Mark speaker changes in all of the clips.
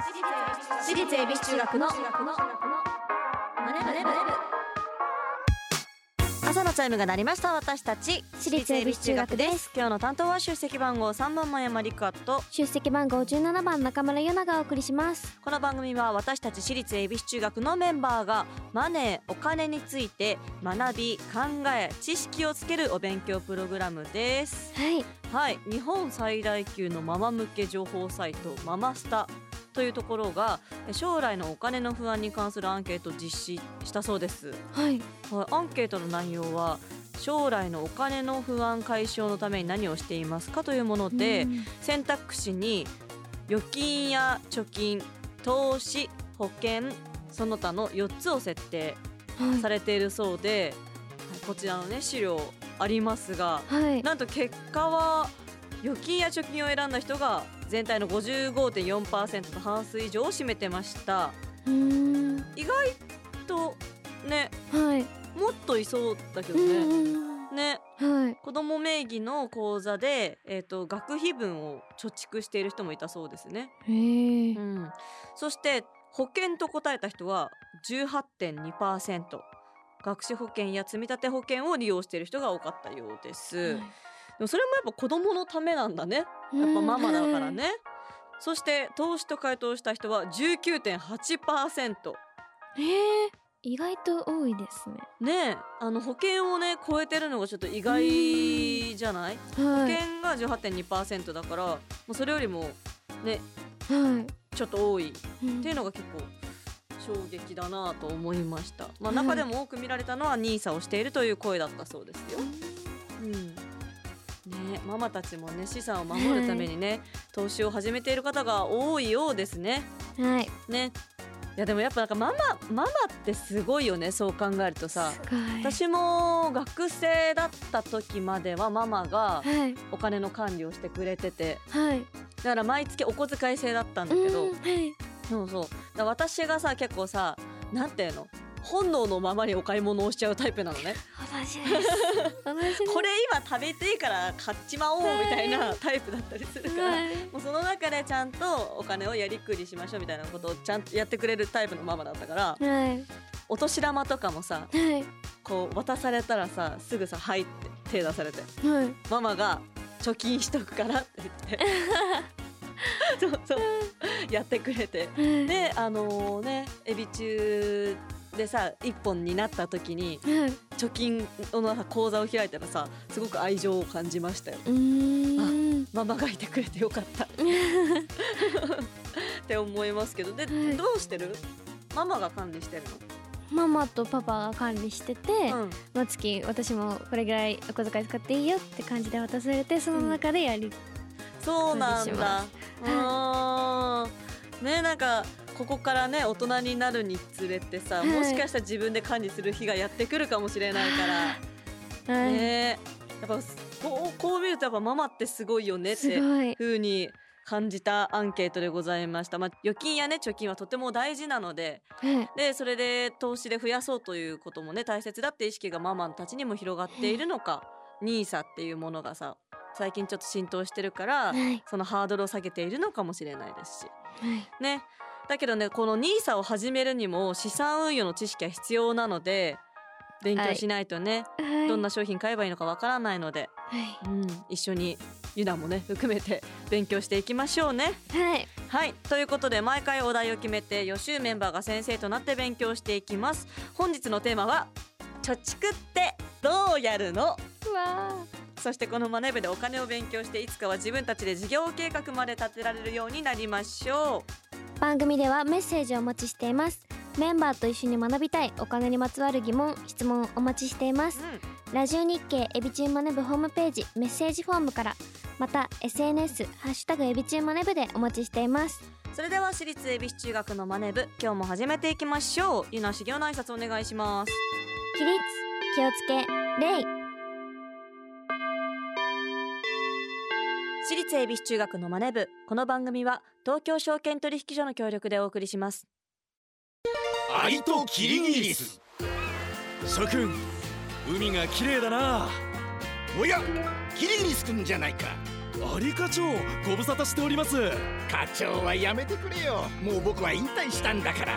Speaker 1: 私立恵比寿中学のマネブネブ
Speaker 2: 朝のチャイムが鳴りました私たち
Speaker 3: 私立恵比寿中学です
Speaker 2: 今日の担当は出席番号3番前山理香と
Speaker 3: 出席番号17番中村優奈がお送りします
Speaker 2: この番組は私たち私立恵比寿中学のメンバーがマネーお金について学び考え知識をつけるお勉強プログラムです
Speaker 3: はい
Speaker 2: はい日本最大級のママ向け情報サイトママスタというところがえ将来のお金の不安に関するアンケートを実施したそうです
Speaker 3: はい
Speaker 2: はい、アンケートの内容は将来のお金の不安解消のために何をしていますかというもので、選択肢に預金や貯金投資保険その他の4つを設定さ
Speaker 3: は
Speaker 2: れているそうで、はいこちらのね資料ありますが
Speaker 3: いはい
Speaker 2: なんと結果は預金や貯金を選んだ人が全体の55.4%と半数以上を占めてました。
Speaker 3: うーんは
Speaker 2: とね
Speaker 3: い
Speaker 2: もっといそうだけど
Speaker 3: う
Speaker 2: ね。
Speaker 3: ん
Speaker 2: ね
Speaker 3: うんはい
Speaker 2: 子供名義の口座で、えー、と学費分を貯蓄している人もいたそうですね、
Speaker 3: へえ
Speaker 2: うん、そして保険と答えた人は18.2%学資保険や積立保険を利用している人が多かったようです、でもそれもやっぱ子供のためなんだねやっぱママだからね、そして投資と回答した人は19.8%
Speaker 3: へえ意外と多いですね
Speaker 2: ねえあの保険をね超えてるのがちょっと意外じゃない保
Speaker 3: は
Speaker 2: 険が18.2%だから、もうそれよりもね
Speaker 3: いはい
Speaker 2: ちょっと多いっ
Speaker 3: うん
Speaker 2: ていうのが結構衝撃だなと思いました、まあ、
Speaker 3: はい
Speaker 2: 中でも多く見られたのは NISA をしているという声だったそうですよ、うんね、ママたちもね資産を守るためにね、投資を始めている方が多いようですね
Speaker 3: はい
Speaker 2: ねいやでもやっぱなんかママママってすごいよねそう考えるとさ
Speaker 3: すごい
Speaker 2: 私も学生だった時まではママが
Speaker 3: はい
Speaker 2: お金の管理をしてくれてて
Speaker 3: はい
Speaker 2: だから毎月お小遣い制だったんだ
Speaker 3: う
Speaker 2: け
Speaker 3: ん
Speaker 2: ど、
Speaker 3: はい
Speaker 2: そうそうだから私がさ結構さなんていうの本能のままにお買い物をしちゃうタイプなのね
Speaker 3: 私です私です
Speaker 2: これ今食べていいから買っちまおうみたいなタイプだったりするから、
Speaker 3: はい
Speaker 2: もうその中でちゃんとお金をやりくりしましょうみたいなことをちゃんとやってくれるタイプのママだったから
Speaker 3: はい
Speaker 2: お年玉とかもさ
Speaker 3: はい
Speaker 2: こう渡されたらさすぐさ「はい」って手出されて
Speaker 3: はい
Speaker 2: ママが貯金しとくからって 言ってそうそうやってくれて
Speaker 3: はい
Speaker 2: であのねエビ中でさ一本になった時に
Speaker 3: はい
Speaker 2: 貯金のさ口座を開いたらさすごく愛情を感じましたよ
Speaker 3: うーん
Speaker 2: ママがいてくれてよかった って思いますけどで、
Speaker 3: はい
Speaker 2: どうしてるママが管理してる
Speaker 3: ママとパパが管理してて、
Speaker 2: の、うん、
Speaker 3: まあ月私もこれぐらいお小遣い使っていいよって感じで渡されてその中でやり、
Speaker 2: そうなん
Speaker 3: お
Speaker 2: だ
Speaker 3: 願
Speaker 2: うーんねなんかここからね大人になるにつれてさ、
Speaker 3: はい
Speaker 2: もしかしたら自分で管理する日がやってくるかもしれないから
Speaker 3: はい
Speaker 2: ねやっぱこうこう見るとやっぱママってすごいよねっ
Speaker 3: す
Speaker 2: て
Speaker 3: ごい
Speaker 2: ふうに感じたアンケートでございました、まあ、預金やね貯金はとても大事なので
Speaker 3: はい
Speaker 2: でそれで投資で増やそうということもね大切だって意識がママたちにも広がっているのか NISA っていうものがさ最近ちょっと浸透してるから
Speaker 3: はい
Speaker 2: そのハードルを下げているのかもしれないですし
Speaker 3: はい
Speaker 2: ねだけどねこの NISA を始めるにも資産運用の知識は必要なので勉強しないとね、
Speaker 3: はい
Speaker 2: どんな商品買えばいいのかわからないので、
Speaker 3: は
Speaker 2: うん、一緒にユナもね含めて勉強していきましょうね。
Speaker 3: いはい
Speaker 2: はいということで毎回お題を決めて予習メンバーが先生となって勉強していきます。本日のテーマは貯蓄ってどうやるの
Speaker 3: わ
Speaker 2: そしてこのマネ部でお金を勉強していつかは自分たちで事業計画まで立てられるようになりましょ
Speaker 3: ー番組ではメッセージをお待ちしていますメンバーと一緒に学びたいお金にまつわる疑問質問をお待ちしていま
Speaker 2: う。
Speaker 3: す
Speaker 2: うん
Speaker 3: ラジオ日経エビチューマネブホームページメッセージフォームからまた SNS ハッシュタグエビチューマネブでお待ちしています
Speaker 2: それでは私立恵比寿中学のマネ部今日も始めていきましょうゆな修行の挨拶お願いします
Speaker 3: 起立気をつけ礼
Speaker 2: 私立恵比寿中学のマネ部この番組は東京証券取引所の協力でお送りします
Speaker 4: アリとキリギリス
Speaker 5: 諸君海が綺麗だな
Speaker 4: おやキリギリスくんじゃないか
Speaker 5: 有課長ご無沙汰しております
Speaker 4: 課長はやめてくれよもう僕は引退したんだから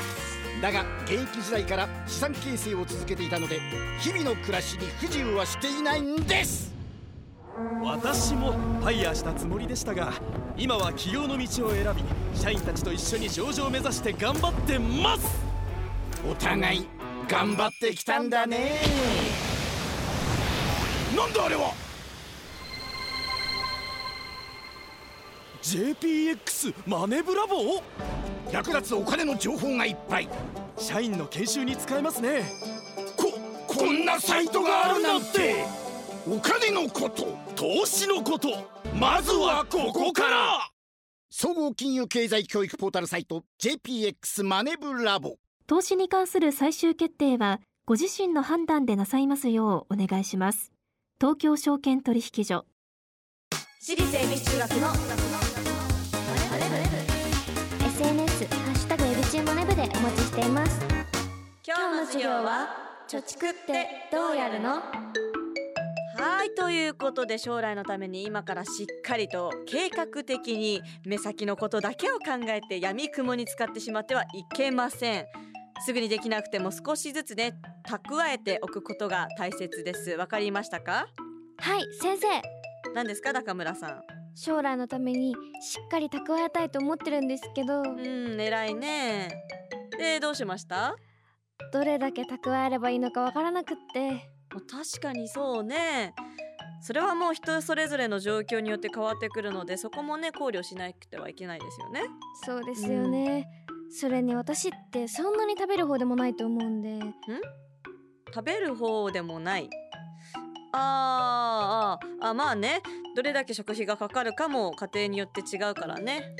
Speaker 4: だが現役時代から資産形成を続けていたので日々の暮らしに不自由はしていないんです
Speaker 5: 私もファイヤーしたつもりでしたが今は起業の道を選び社員たちと一緒に上場を目指して頑張ってます
Speaker 4: お互い頑張ってきたんだねなんだあれは
Speaker 5: JPX マネブラボー
Speaker 4: 役立つお金の情報がいっぱい
Speaker 5: 社員の研修に使えますね
Speaker 4: ここんなサイトがあるなんてお金のこと
Speaker 5: 投資のことまずはここから
Speaker 4: 総合金融経済教育ポータルサイト JPX マネブラボ
Speaker 6: 投資に関する最終決定はご自身の判断でなさいますようお願いします東京証券取引所
Speaker 1: 私立恵比寿中学の
Speaker 3: SNS ハッシュタグエビチューモネブでお待ちしています
Speaker 2: 今日の授業は
Speaker 3: 貯蓄ってどうやるの
Speaker 2: はいということで将来のために今からしっかりと計画的に目先のことだけを考えてやみくもに使ってしまってはいけませんすぐにできなくても少しずつね蓄えておくことが大切ですわかりましたか
Speaker 3: はい先生
Speaker 2: 何ですか高村さん
Speaker 3: 将来のためにしっかり蓄えたいと思ってるんですけど
Speaker 2: うん偉いねでどうしました
Speaker 3: どれだけ蓄えればいいのかわからなくって
Speaker 2: まあ確かにそうねそれはもう人それぞれの状況によって変わってくるのでそこもね考慮しなくてはいけないですよね
Speaker 3: そうですよね、それに私ってそんなに食べる方でもないと思うんで
Speaker 2: 食べる方でもないあーあーあまあねどれだけ食費がかかるかも家庭によって違うからね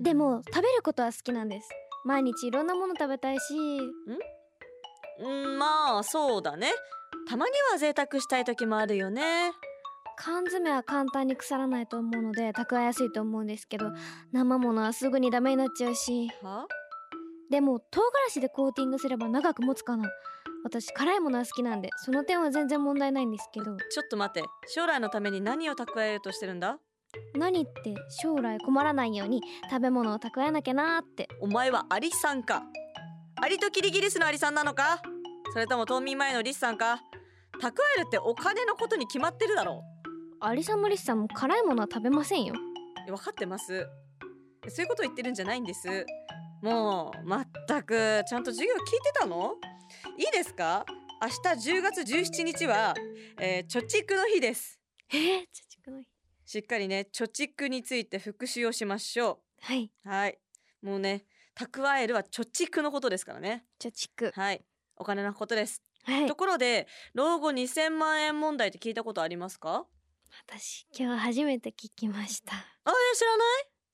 Speaker 3: でも食べることは好きなんです毎日いろんなもの食べたいし
Speaker 2: うんまあそうだねたまには贅沢したい時もあるよね
Speaker 3: 缶詰は簡単に腐らないと思うので蓄えやすいと思うんですけど生ものはすぐにダメになっちゃうし
Speaker 2: は
Speaker 3: でも唐辛子でコーティングすれば長く持つかな私辛いものは好きなんでその点は全然問題ないんですけど
Speaker 2: ちょっと待って将来のために何を蓄えようとしてるんだ
Speaker 3: 何って将来困らないように食べ物を蓄えなきゃなーって
Speaker 2: お前はアリさんかアリとキリギリスのアリさんなのかそれとも冬眠前のリスさんか蓄えるってお金のことに決まってるだろ
Speaker 3: アリさんもリスさんも辛いものは食べませんよ
Speaker 2: 分かってますそういうことを言ってるんじゃないんですもうまったくちゃんと授業聞いてたのいいですか明日10月17日は、えー貯蓄の日です
Speaker 3: えー、貯蓄の日
Speaker 2: しっかりね貯蓄について復習をしましょ
Speaker 3: はい、
Speaker 2: うはいもうね蓄えるは貯蓄のことですからね
Speaker 3: 貯蓄
Speaker 2: はいお金のことです、
Speaker 3: はい
Speaker 2: ところで老後2000万円問題って聞いたことありますか
Speaker 3: 私今日初めて聞きました
Speaker 2: あえ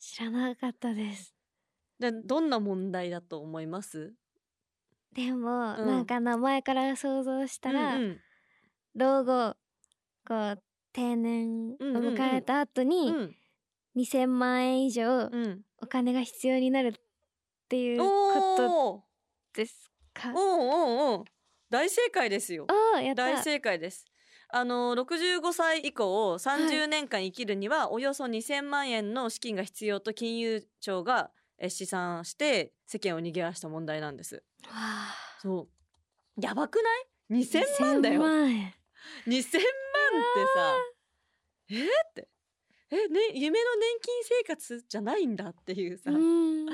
Speaker 2: 知らない
Speaker 3: 知らなかったです
Speaker 2: でどんな問題だと思います
Speaker 3: でも、なんか名前から想像したら、
Speaker 2: うんうん
Speaker 3: 老後こう定年を迎えた後に、
Speaker 2: うん
Speaker 3: 2000万円以上
Speaker 2: うん
Speaker 3: お金が必要になるっていうこと
Speaker 2: おー
Speaker 3: ですか
Speaker 2: おおおう大正解ですよ
Speaker 3: おーやった
Speaker 2: 大正解ですあの65歳以降30年間生きるにはおよそ2000万円の資金が必要と金融庁がえ試算して世間を逃げ出した問題なんです
Speaker 3: わあ
Speaker 2: そうやばくない2000万だよ2000
Speaker 3: 2000
Speaker 2: 万
Speaker 3: 万円
Speaker 2: ってさえー、ってえね夢の年金生活じゃないんだっていう
Speaker 3: う
Speaker 2: さ、
Speaker 3: ーん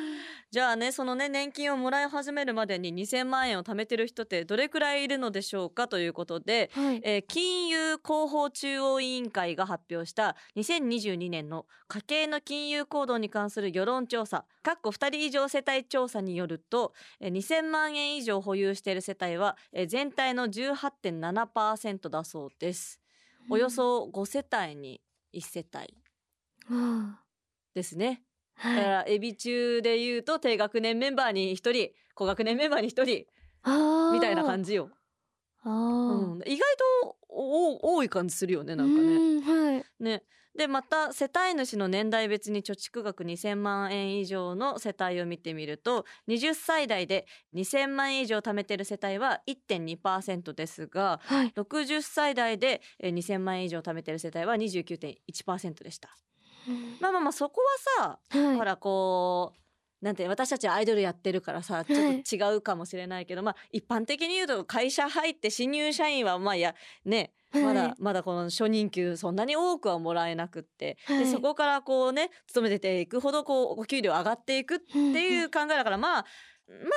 Speaker 2: じゃあねそのね年金をもらい始めるまでに2000万円を貯めてる人ってどれくらいいるのでしょうかということで、
Speaker 3: はい
Speaker 2: えー金融広報中央委員会が発表した2022年の家計の金融行動に関する世論調査かっこ2人以上世帯調査によると、えー2000万円以上保有している世帯は、えー全体の18.7%だそうです。およそ5世帯に1世帯
Speaker 3: うん
Speaker 2: ですね。
Speaker 3: はい
Speaker 2: だからエビ中で言うと低学年メンバーに1人高学年メンバーに1人みたいな感
Speaker 3: じ
Speaker 2: じよ、
Speaker 3: あ
Speaker 2: う
Speaker 3: ー
Speaker 2: ん、意外とお多い感じするよねなんか
Speaker 3: う
Speaker 2: ね。
Speaker 3: ーんはい
Speaker 2: ねでまた世帯主の年代別に貯蓄額2,000万円以上の世帯を見てみると20歳代で2,000万円以上貯めてる世帯は1.2%ですが
Speaker 3: はい
Speaker 2: 60歳代でえー2,000万円以上貯めてる世帯は29.1%でした。
Speaker 3: う
Speaker 2: まあまあまあそこはさ、
Speaker 3: はい
Speaker 2: ほらこうなんて私たちはアイドルやってるからさちょっと違うかもしれないけど、まあ一般的に言うと会社入って新入社員はまあいやね
Speaker 3: はい
Speaker 2: まだ、まだこの初任給そんなに多くはもらえなくって、
Speaker 3: はい
Speaker 2: でそこからこうね勤めてていくほどこうお給料上がっていくっていう考えだから、まあ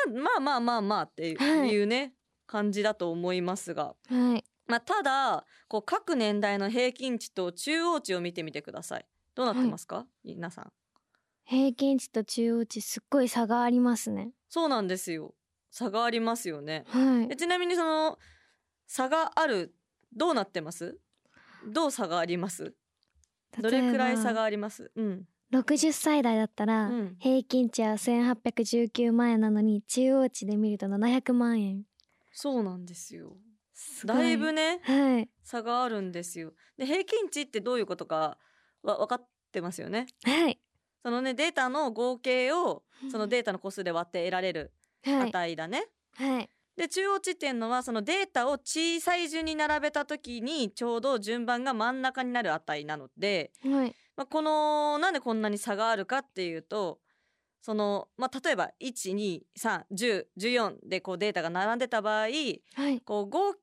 Speaker 2: まあまあまあまあまあっていう,、
Speaker 3: はい
Speaker 2: ね感じだと思いますが、
Speaker 3: はい
Speaker 2: まあ、ただこう各年代の平均値と中央値を見てみてください。どうなってますか、皆さん。
Speaker 3: 平均値と中央値すっごい差がありますね
Speaker 2: そうなんですよ。差がありますよね。
Speaker 3: はい
Speaker 2: えちなみにその差があるどうなってます？どう差があります？どれくらい差があります？うん。
Speaker 3: 60歳代だったら、
Speaker 2: うん
Speaker 3: 平均値は1819万円なのに中央値で見ると700万円
Speaker 2: そうなんですよ。
Speaker 3: すご
Speaker 2: だいぶね
Speaker 3: はい
Speaker 2: 差があるんですよ。で平均値ってどういうことかわ分かってますよね。
Speaker 3: はい
Speaker 2: そのねデータの合計をそのデータの個数で割って得られる
Speaker 3: はい
Speaker 2: 値だね。
Speaker 3: はい
Speaker 2: で中央値っていうのはそのデータを小さい順に並べた時にちょうど順番が真ん中になる値なので、
Speaker 3: はい
Speaker 2: まあ、このなんでこんなに差があるかっていうとその、まあ、例えば1231014でこうデータが並んでた場合
Speaker 3: はい
Speaker 2: こう合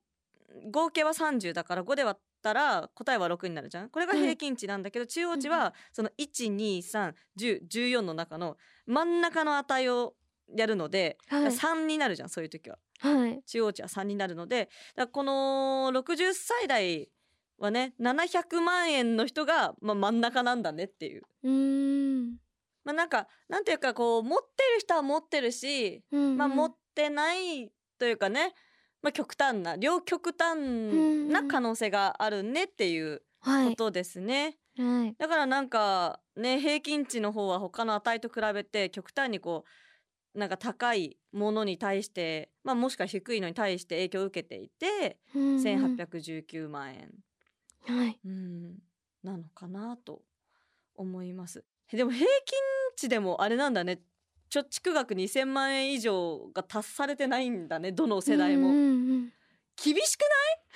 Speaker 2: 合計は30だから5で割ったら答えは6になるじゃんこれが平均値なんだけど、中央値はその123114の中の真ん中の値をやるので、
Speaker 3: はい
Speaker 2: 3になるじゃんそういう時は。
Speaker 3: はい
Speaker 2: 中央値は3になるのでだからこの60歳代はね700万円の人が、まあ、真ん中なんだねっていう。
Speaker 3: うーん
Speaker 2: まあ、なんかなんていうかこう持ってる人は持ってるし、
Speaker 3: うん
Speaker 2: まあ、持ってないというかね、まあ、極端な両極端な可能性があるねっていう
Speaker 3: は
Speaker 2: こ
Speaker 3: い
Speaker 2: とですね。
Speaker 3: はい
Speaker 2: だからなんかね平均値の方は他の値と比べて極端にこうなんか高いものに対して、まあ、もしくは低いのに対して影響を受けていて、1819万円、
Speaker 3: はい
Speaker 2: うん、なのかなと思います。でも平均値でもあれなんだね貯蓄額2,000万円以上が達されてないんだねどの世代
Speaker 3: うん
Speaker 2: も。
Speaker 3: うんうん
Speaker 2: 厳しく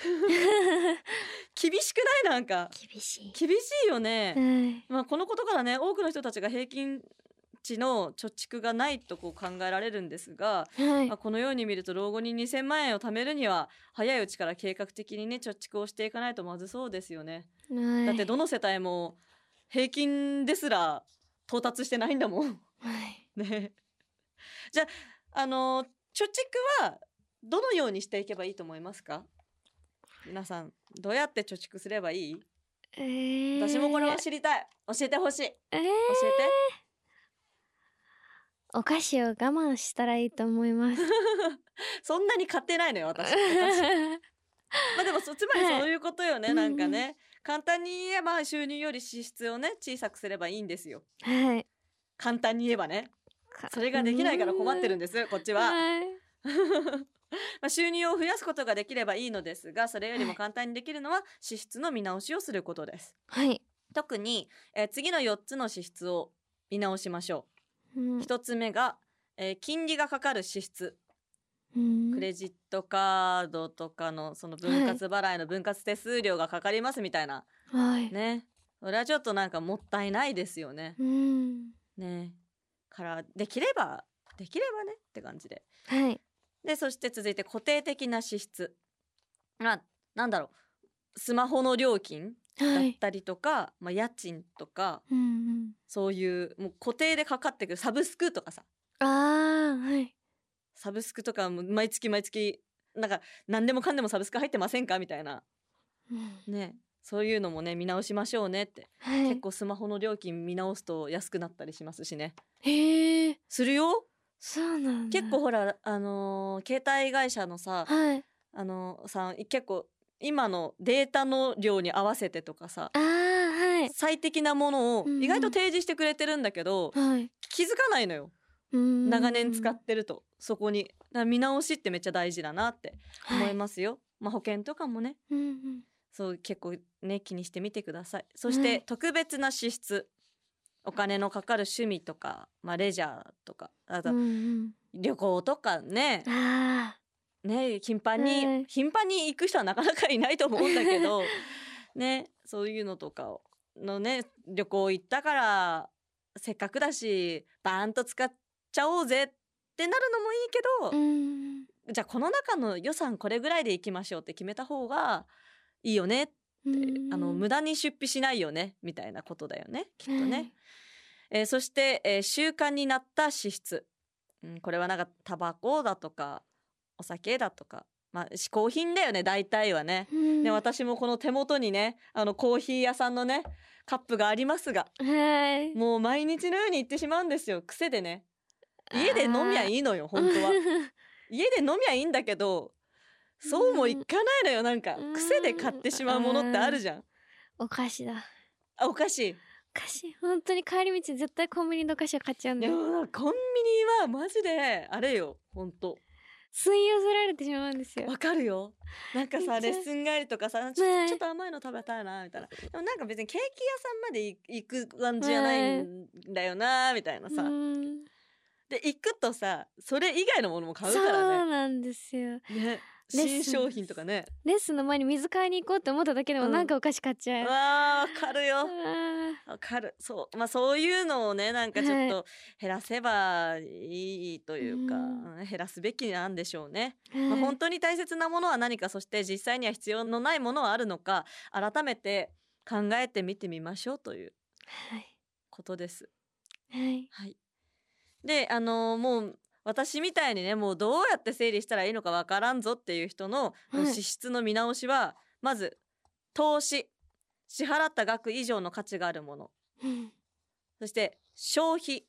Speaker 2: ない 厳しくないなんか
Speaker 3: 厳しい
Speaker 2: 厳しいよね。
Speaker 3: はい
Speaker 2: まあ、このことからね多くの人たちが平均値の貯蓄がないとこう考えられるんですが、
Speaker 3: はい
Speaker 2: まあ、このように見ると老後に2,000万円を貯めるには早いうちから計画的にね貯蓄をしていかないとまずそうですよね。だ
Speaker 3: だ
Speaker 2: ってどの世帯も平均ですら到達してないんだもん。
Speaker 3: はい
Speaker 2: ね、じゃあ、あの貯蓄はどのようにしていけばいいと思いますか皆さんどうやって貯蓄すればいい、
Speaker 3: えー
Speaker 2: 私もこれは知りたい教えてほしい教
Speaker 3: えー
Speaker 2: えて。
Speaker 3: お菓子を我慢したらいいと思います
Speaker 2: そんなに買ってないのよ 私まあでもそつまり
Speaker 3: はい
Speaker 2: そういうことよね、
Speaker 3: うん
Speaker 2: なんかね簡単に言えば収入より支出をね小さくすればいいんですよ
Speaker 3: はい
Speaker 2: 簡単に言えばねそれができないから困ってるん
Speaker 3: で
Speaker 2: ですこっち
Speaker 3: す
Speaker 2: は、 まあ収入を増やすことができればいいのですがそれよりも簡単にできるのは支出の見直しをすることです
Speaker 3: はい、
Speaker 2: 特に、えー次の4つの支出を見直しましょ
Speaker 3: うん
Speaker 2: う1つ目が、えー金利がかかる支出
Speaker 3: うん
Speaker 2: クレジットカードとかのその分割払いの分割手数料がかかりますみたいな、
Speaker 3: は い、
Speaker 2: ねそれはちょっとなんかもったいないですよね。
Speaker 3: うん
Speaker 2: ねからできればできればねって感じで。
Speaker 3: はい
Speaker 2: でそして続いて固定的な支出。まあなんだろうスマホの料金だ
Speaker 3: は
Speaker 2: っ
Speaker 3: い
Speaker 2: たりとか、まあ、家賃とか
Speaker 3: うん
Speaker 2: そういうもう固定でかかってくるサブスクとかさ
Speaker 3: うんあーはい
Speaker 2: サブスクとかも毎月毎月なんか何でもかんでもサブスク入ってませんかみたいな
Speaker 3: うん
Speaker 2: ねそういうのもね見直しましょうねって、
Speaker 3: はい
Speaker 2: 結構スマホの料金見直すと安くなったりしますしね
Speaker 3: へえ
Speaker 2: するよ
Speaker 3: そうなんだ
Speaker 2: 結構ほらあのー携帯会社のさ
Speaker 3: はい
Speaker 2: あのーさん結構今のデータの量に合わせてとかさ
Speaker 3: あーはい
Speaker 2: 最適なものを
Speaker 3: うんうん
Speaker 2: 意外と提示してくれてるんだけど、
Speaker 3: はい
Speaker 2: 気づかないのよ
Speaker 3: うん
Speaker 2: 長年使ってるとそこにだから見直しってめっちゃ大事だなって思いますよ、まあ保険とかもね
Speaker 3: す、はい、うん
Speaker 2: そう結構ね気にしてみてくださいそして、
Speaker 3: はい
Speaker 2: 特別な支出お金のかかる趣味とか、まあ、レジャーとかあ
Speaker 3: う
Speaker 2: と
Speaker 3: んうん
Speaker 2: 旅行とかね
Speaker 3: うん、あ
Speaker 2: ね頻繁に、
Speaker 3: はい
Speaker 2: 頻繁に行く人はなかなかいないと思うんだけどねそういうのとかをのね旅行行ったからせっかくだしバーンと使っちゃおうぜってなるのもいいけど、
Speaker 3: うん
Speaker 2: じゃあこの中の予算これぐらいで行きましょうって決めた方がいいよね、あの無駄に出費しないよねみたいなことだよねきっとね。
Speaker 3: はい
Speaker 2: えーそして、えー習慣になった支出、うん、これはなんかタバコだとかお酒だとか、まあ、嗜好品だよね大体はね。
Speaker 3: うん
Speaker 2: ね、私もこの手元にねあのコーヒー屋さんのねカップがありますが
Speaker 3: はい
Speaker 2: もう毎日のように行ってしまうんですよ癖でね家で飲みゃいいのよ本当は 家で飲みゃいいんだけどそうもいかないのよなんか
Speaker 3: うん
Speaker 2: 癖で買ってしまうものってあるじゃん
Speaker 3: お菓子だ
Speaker 2: あお菓子
Speaker 3: お菓子本当に帰り道絶対コンビニのお菓子を買っちゃうんだ
Speaker 2: で
Speaker 3: よ
Speaker 2: もコンビニはマジであれよ本当
Speaker 3: 吸い寄せられてしまうんですよ
Speaker 2: わかるよなんかさ
Speaker 3: め
Speaker 2: レ
Speaker 3: っちゃ
Speaker 2: ッスン帰りとかさちょ
Speaker 3: はい
Speaker 2: ちょっと甘いの食べたいなみたいなでもなんか別にケーキ屋さんまでい行く感じじゃないんだよなみたいなさ
Speaker 3: うん
Speaker 2: で行くとさそれ以外のものも買う
Speaker 3: そ
Speaker 2: か
Speaker 3: う
Speaker 2: らね
Speaker 3: なんですよ
Speaker 2: ね
Speaker 3: レッス
Speaker 2: 新
Speaker 3: ン
Speaker 2: 商品とかね
Speaker 3: レッスンの前に水買いに行こうって思っただけでも
Speaker 2: うん
Speaker 3: なんかお菓子買っちゃう、
Speaker 2: わあわかるよ
Speaker 3: あ
Speaker 2: わかるそうまあそういうのをねなんかちょっと減らせばいいというか、
Speaker 3: うん
Speaker 2: うん減らすべきなんでしょうね、
Speaker 3: ー
Speaker 2: まあ、本当に大切なものは何かそして実際には必要のないものはあるのか改めて考えてみてみましょうという
Speaker 3: はい
Speaker 2: ことです。
Speaker 3: はい
Speaker 2: はい、であのーもう私みたいにねもうどうやって整理したらいいのかわからんぞっていう人の
Speaker 3: はい
Speaker 2: 支出の見直しは、まず投資支払った額以上の価値があるもの
Speaker 3: うん
Speaker 2: そして消費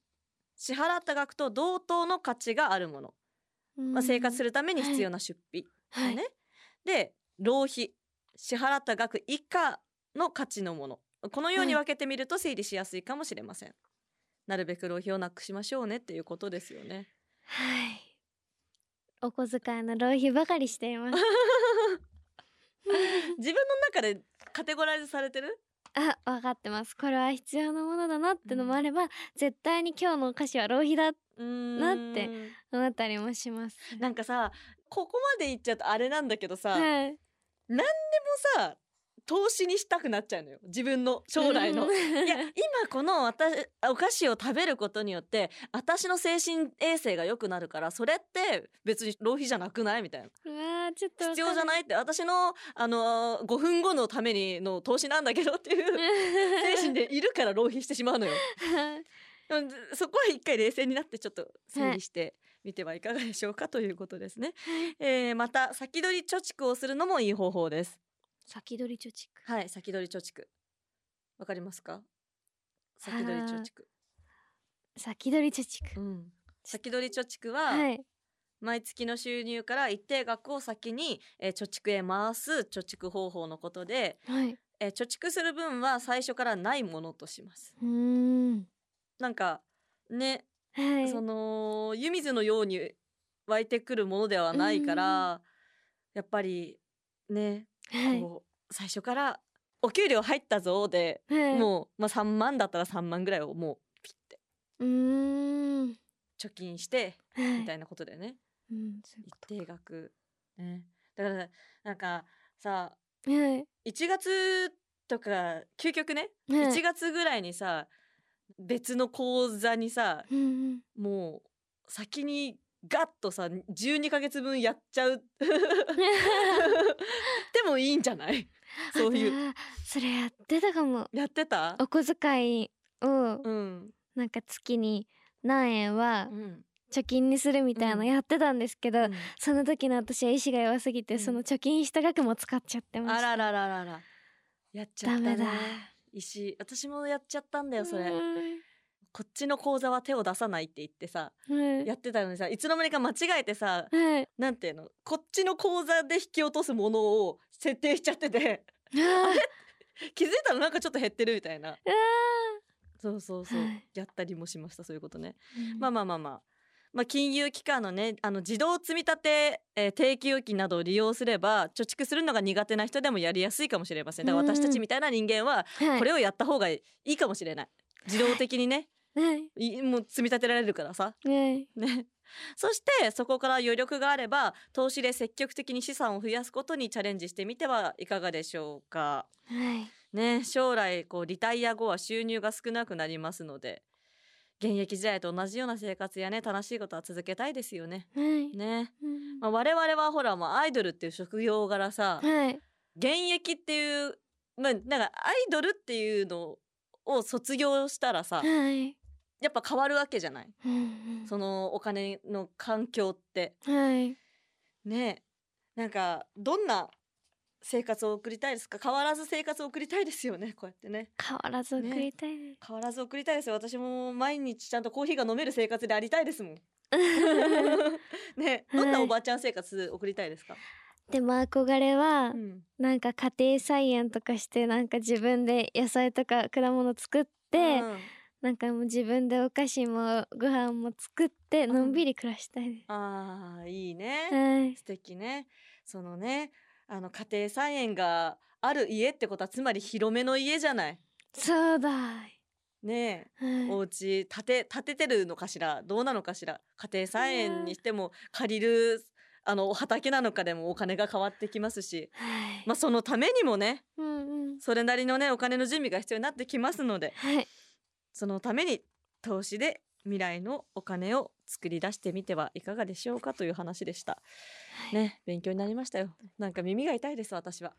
Speaker 2: 支払った額と同等の価値があるもの、まあ、生活するために必要な出費、
Speaker 3: はい
Speaker 2: ね、で浪費支払った額以下の価値のものこのように
Speaker 3: は
Speaker 2: 分けてみると整理しやすいかもしれません、なるべく浪費をなくしましょうねっていうことですよ ね
Speaker 3: はいお小遣いの浪費ばかりしています
Speaker 2: 自分の中でカテゴライズされてる
Speaker 3: あ分かってますこれは必要なものだなってのもあれば、絶対に今日のお菓子は浪費だ
Speaker 2: うーん
Speaker 3: なって思ったりもします
Speaker 2: なんかさここまでいっちゃうとあれなんだけどさ、もう
Speaker 3: はい
Speaker 2: さ投資にしたくなっちゃうのよ自分の将来の
Speaker 3: うん
Speaker 2: いや今この私お菓子を食べることによって私の精神衛生が良くなるからそれって別に浪費じゃなくないみたいな
Speaker 3: うわーちょっと
Speaker 2: 必要じゃないいって私の、あのー5分後のためにの投資なんだけどっていう精神でいるから浪費してしま うのよ。うんそこは一回冷静になってちょっと整理してみてはいかがでしょうかということですね。えーまた先取り貯蓄をするのもいい方法です。
Speaker 3: 先取り貯蓄
Speaker 2: はい先取り貯蓄わかりますか先取り貯
Speaker 3: あー
Speaker 2: 蓄。
Speaker 3: 先取り貯蓄
Speaker 2: うん先取り貯蓄は、
Speaker 3: はい
Speaker 2: 毎月の収入から一定額を先に、えー貯蓄へ回す貯蓄方法のことで、
Speaker 3: はい
Speaker 2: えー貯蓄する分は最初からないものとします。
Speaker 3: うーん
Speaker 2: なんかね、
Speaker 3: はい
Speaker 2: その湯水のように湧いてくるものではないから、やっぱりね、
Speaker 3: はい
Speaker 2: こう最初からお給料入ったぞで、
Speaker 3: はい
Speaker 2: もう、まあ、3万だったら3万ぐらいをもうピッて
Speaker 3: うーん
Speaker 2: 貯金して
Speaker 3: はい
Speaker 2: みたいなことだよね。
Speaker 3: うんそういう
Speaker 2: 一定額ねだからなんかさ
Speaker 3: はい
Speaker 2: 1月とか究極ね、
Speaker 3: はい
Speaker 2: 1月ぐらいにさ別の口座にさ
Speaker 3: うんうん
Speaker 2: もう先にガッとさ12ヶ月分やっちゃう でもいいんじゃない そう いう
Speaker 3: あーそれやってたかも
Speaker 2: やってた
Speaker 3: お小遣いを
Speaker 2: うん、
Speaker 3: なんか月に何円は
Speaker 2: うん
Speaker 3: 貯金にするみたいな
Speaker 2: う
Speaker 3: の
Speaker 2: ん
Speaker 3: やってたんですけ
Speaker 2: う
Speaker 3: ど、
Speaker 2: ん
Speaker 3: その時の私は意志が弱すぎて、
Speaker 2: うん
Speaker 3: その貯金した額も使っちゃってまし
Speaker 2: あ
Speaker 3: た
Speaker 2: らららららやっちゃった
Speaker 3: ダ
Speaker 2: ね
Speaker 3: メだ
Speaker 2: 石私もやっちゃったんだよそれ、
Speaker 3: うん
Speaker 2: こっちの口座は手を出さないって言ってさ
Speaker 3: はい
Speaker 2: やってたのにさいつの間にか間違えてさ
Speaker 3: はい
Speaker 2: なんていうのこっちの口座で引き落とすものを設定しちゃってて
Speaker 3: あー
Speaker 2: 気づいたらなんかちょっと減ってるみたいな
Speaker 3: あ
Speaker 2: そうそうそう、
Speaker 3: はい
Speaker 2: やったりもしましたそういうことね、
Speaker 3: ー
Speaker 2: まあまあまあまあまあ金融機関のねあの自動積み立て、えー定期預金などを利用すれば貯蓄するのが苦手な人でもやりやすいかもしれませんだから私たちみたいな人間は
Speaker 3: はい
Speaker 2: これをやった方がいいかもしれない自動的にね
Speaker 3: はい
Speaker 2: いもう積み立てられるからさ
Speaker 3: はい
Speaker 2: ね、 そしてそこから余力があれば投資で積極的に資産を増やすことにチャレンジしてみてはいかがでしょうか、
Speaker 3: はい
Speaker 2: ね、将来こうリタイア後は収入が少なくなりますので現役時代と同じような生活やね楽しいことは続けたいですよね。
Speaker 3: はい、
Speaker 2: ね、
Speaker 3: うん
Speaker 2: まあ、我々はほらもうアイドルっていう職業柄さ
Speaker 3: はい
Speaker 2: 現役っていう、まあ、なんかアイドルっていうのを卒業したらさ
Speaker 3: はい
Speaker 2: やっぱ変わるわけじゃない
Speaker 3: うんうん
Speaker 2: そのお金の環境って。
Speaker 3: はい
Speaker 2: ねえなんかどんな生活を送りたいですか変わらず生活を送りたいですよねこうやってね
Speaker 3: 変わらず送りたい です
Speaker 2: 変わらず送りたいですよ私も毎日ちゃんとコーヒーが飲める生活でありたいですもん ねえどんなおばあちゃん生活送りたいですか、
Speaker 3: でも憧れは
Speaker 2: うん
Speaker 3: なんか家庭菜園とかしてなんか自分で野菜とか果物作って、
Speaker 2: うん
Speaker 3: なんかもう自分でお菓子もご飯も作って
Speaker 2: うん
Speaker 3: のんびり暮らしたいです、
Speaker 2: あーいいね、
Speaker 3: はい
Speaker 2: 素敵ねそのねあの家庭菜園がある家ってことはつまり広めの家じゃない
Speaker 3: そうだ、
Speaker 2: ねえ
Speaker 3: はい
Speaker 2: お家建て建ててるのかしらどうなのかしら家庭菜園にしても借りるあのお畑なのかでもお金が変わってきますし、
Speaker 3: はい
Speaker 2: まあ、そのためにもね
Speaker 3: うんうん
Speaker 2: それなりのねお金の準備が必要になってきますので
Speaker 3: はい
Speaker 2: そのために投資で未来のお金を作り出してみてはいかがでしょうかという話でした。ね勉強になりましたよ。なんか耳が痛いです私は。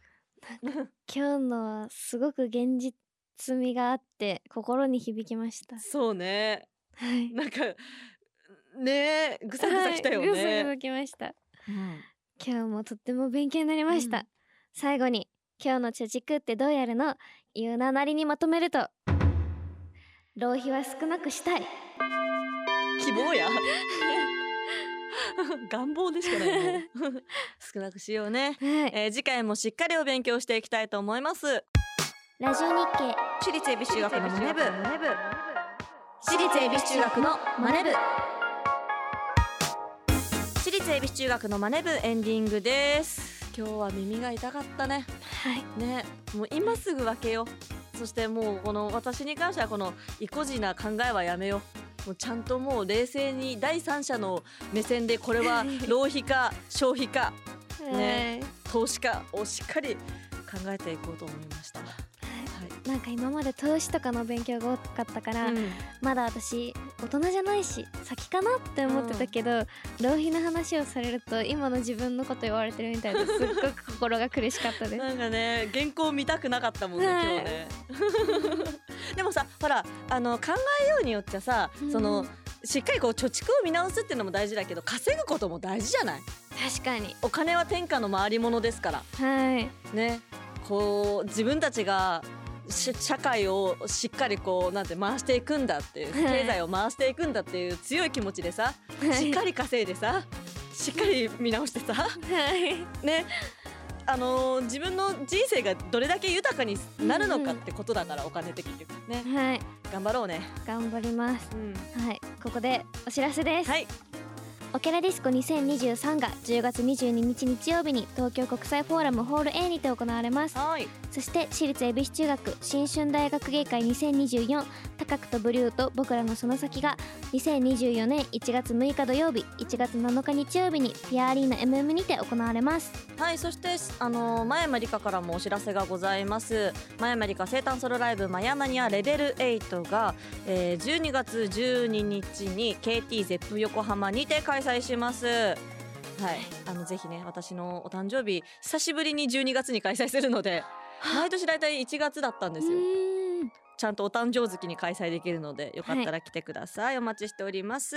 Speaker 3: 今日のはすごく現実味があって心に響きました
Speaker 2: そうね
Speaker 3: はい
Speaker 2: なんかねえぐさぐさきたよ
Speaker 3: はい、ぐすぐ
Speaker 2: ね。
Speaker 3: すきました
Speaker 2: うん
Speaker 3: 今日もとっても勉強になりました、
Speaker 2: うん
Speaker 3: 最後に今日の貯蓄ってどうやるのゆうななりにまとめると浪費は少なくしたい
Speaker 2: 希 望や願望でしかないもう 少なくしようね、
Speaker 3: はい
Speaker 2: えー次回もしっかりお勉強していきたいと思います
Speaker 3: ラジオ日経
Speaker 2: 私立恵比寿学のマネ部
Speaker 1: 私立恵比寿中学のマネ部
Speaker 2: 私立恵比寿中学のマネ部エンディングです今日は耳が痛かったね
Speaker 3: はい
Speaker 2: ねもう今すぐ分けようそしてもうこの私に関してはこの意固地な考えはやめようもうちゃんともう冷静に第三者の目線でこれ は浪費か消費かね投資家をしっかり考えていこうと思いました。はい、
Speaker 3: はいなんか今まで投資とかの勉強が多かったから、まだ私大人じゃないし先かなって思ってたけど、浪費の話をされると今の自分のこと言われてるみたいですっごく心が苦し かったです
Speaker 2: なんかね原稿見たくなかったもんね今
Speaker 3: はい
Speaker 2: 日ね。 でもさほらあの考えようによってはさ、
Speaker 3: うん
Speaker 2: そのしっかりこう貯蓄を見直すっていうのも大事だけど稼ぐことも大事じゃない
Speaker 3: 確かに
Speaker 2: お金は天下の回り物ですから
Speaker 3: はい
Speaker 2: ねこう自分たちがし社会をしっかりこうなんて回していくんだっていう
Speaker 3: はい
Speaker 2: 経済を回していくんだっていう強い気持ちでさしっかり稼いでさしっかり見直してさ
Speaker 3: はい
Speaker 2: ねあのー自分の人生がどれだけ豊かになるのかってことだから、お金的にね
Speaker 3: はい
Speaker 2: 頑張ろうね、
Speaker 3: 頑張ります
Speaker 2: うん、
Speaker 3: はいここでお知らせです、
Speaker 2: はい
Speaker 3: オケラディスコ2023が10月22日日曜日に東京国際フォーラムホール A にて行われます
Speaker 2: はい
Speaker 3: そして私立恵比寿中学新春大学芸会2024高くとブリューと僕らのその先が2024年1月6日土曜日1月7日日曜日にピアアリーナ MM にて行われます
Speaker 2: はいそしてあのー前山理香からもお知らせがございます前山理香生誕ソロライブ「マヤマニアレベル8が」えー12月12日に KT ゼップ横浜にて開催しますはいあのぜひね私のお誕生日久しぶりに12月に開催するので毎年大体1月だったんですよちゃんとお誕生月に開催できるのでよかったら来てください、お待ちしております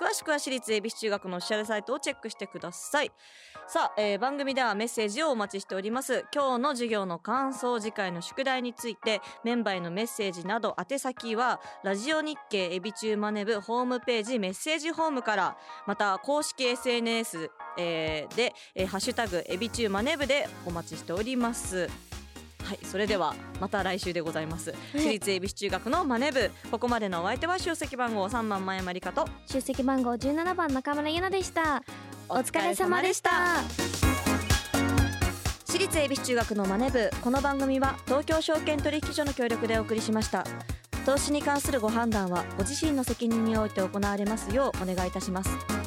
Speaker 2: 詳しくは私立恵比寿中学のオフィシャルサイトをチェックしてくださいさあ、えー番組ではメッセージをお待ちしております今日の授業の感想次回の宿題についてメンバーへのメッセージなど宛先はラジオ日経エビ中マネブホームページメッセージホームからまた公式 SNS えーで、えーハッシュタグエビ中マネブでお待ちしておりますはいそれではまた来週でございます私立恵比寿中学のマネ部ここまでのお相手は出席番号3番前山理香と
Speaker 3: 出席番号17番中村優奈でしたお疲れ様でした
Speaker 2: 私立恵比寿中学のマネ部この番組は東京証券取引所の協力でお送りしました投資に関するご判断はご自身の責任において行われますようお願いいたします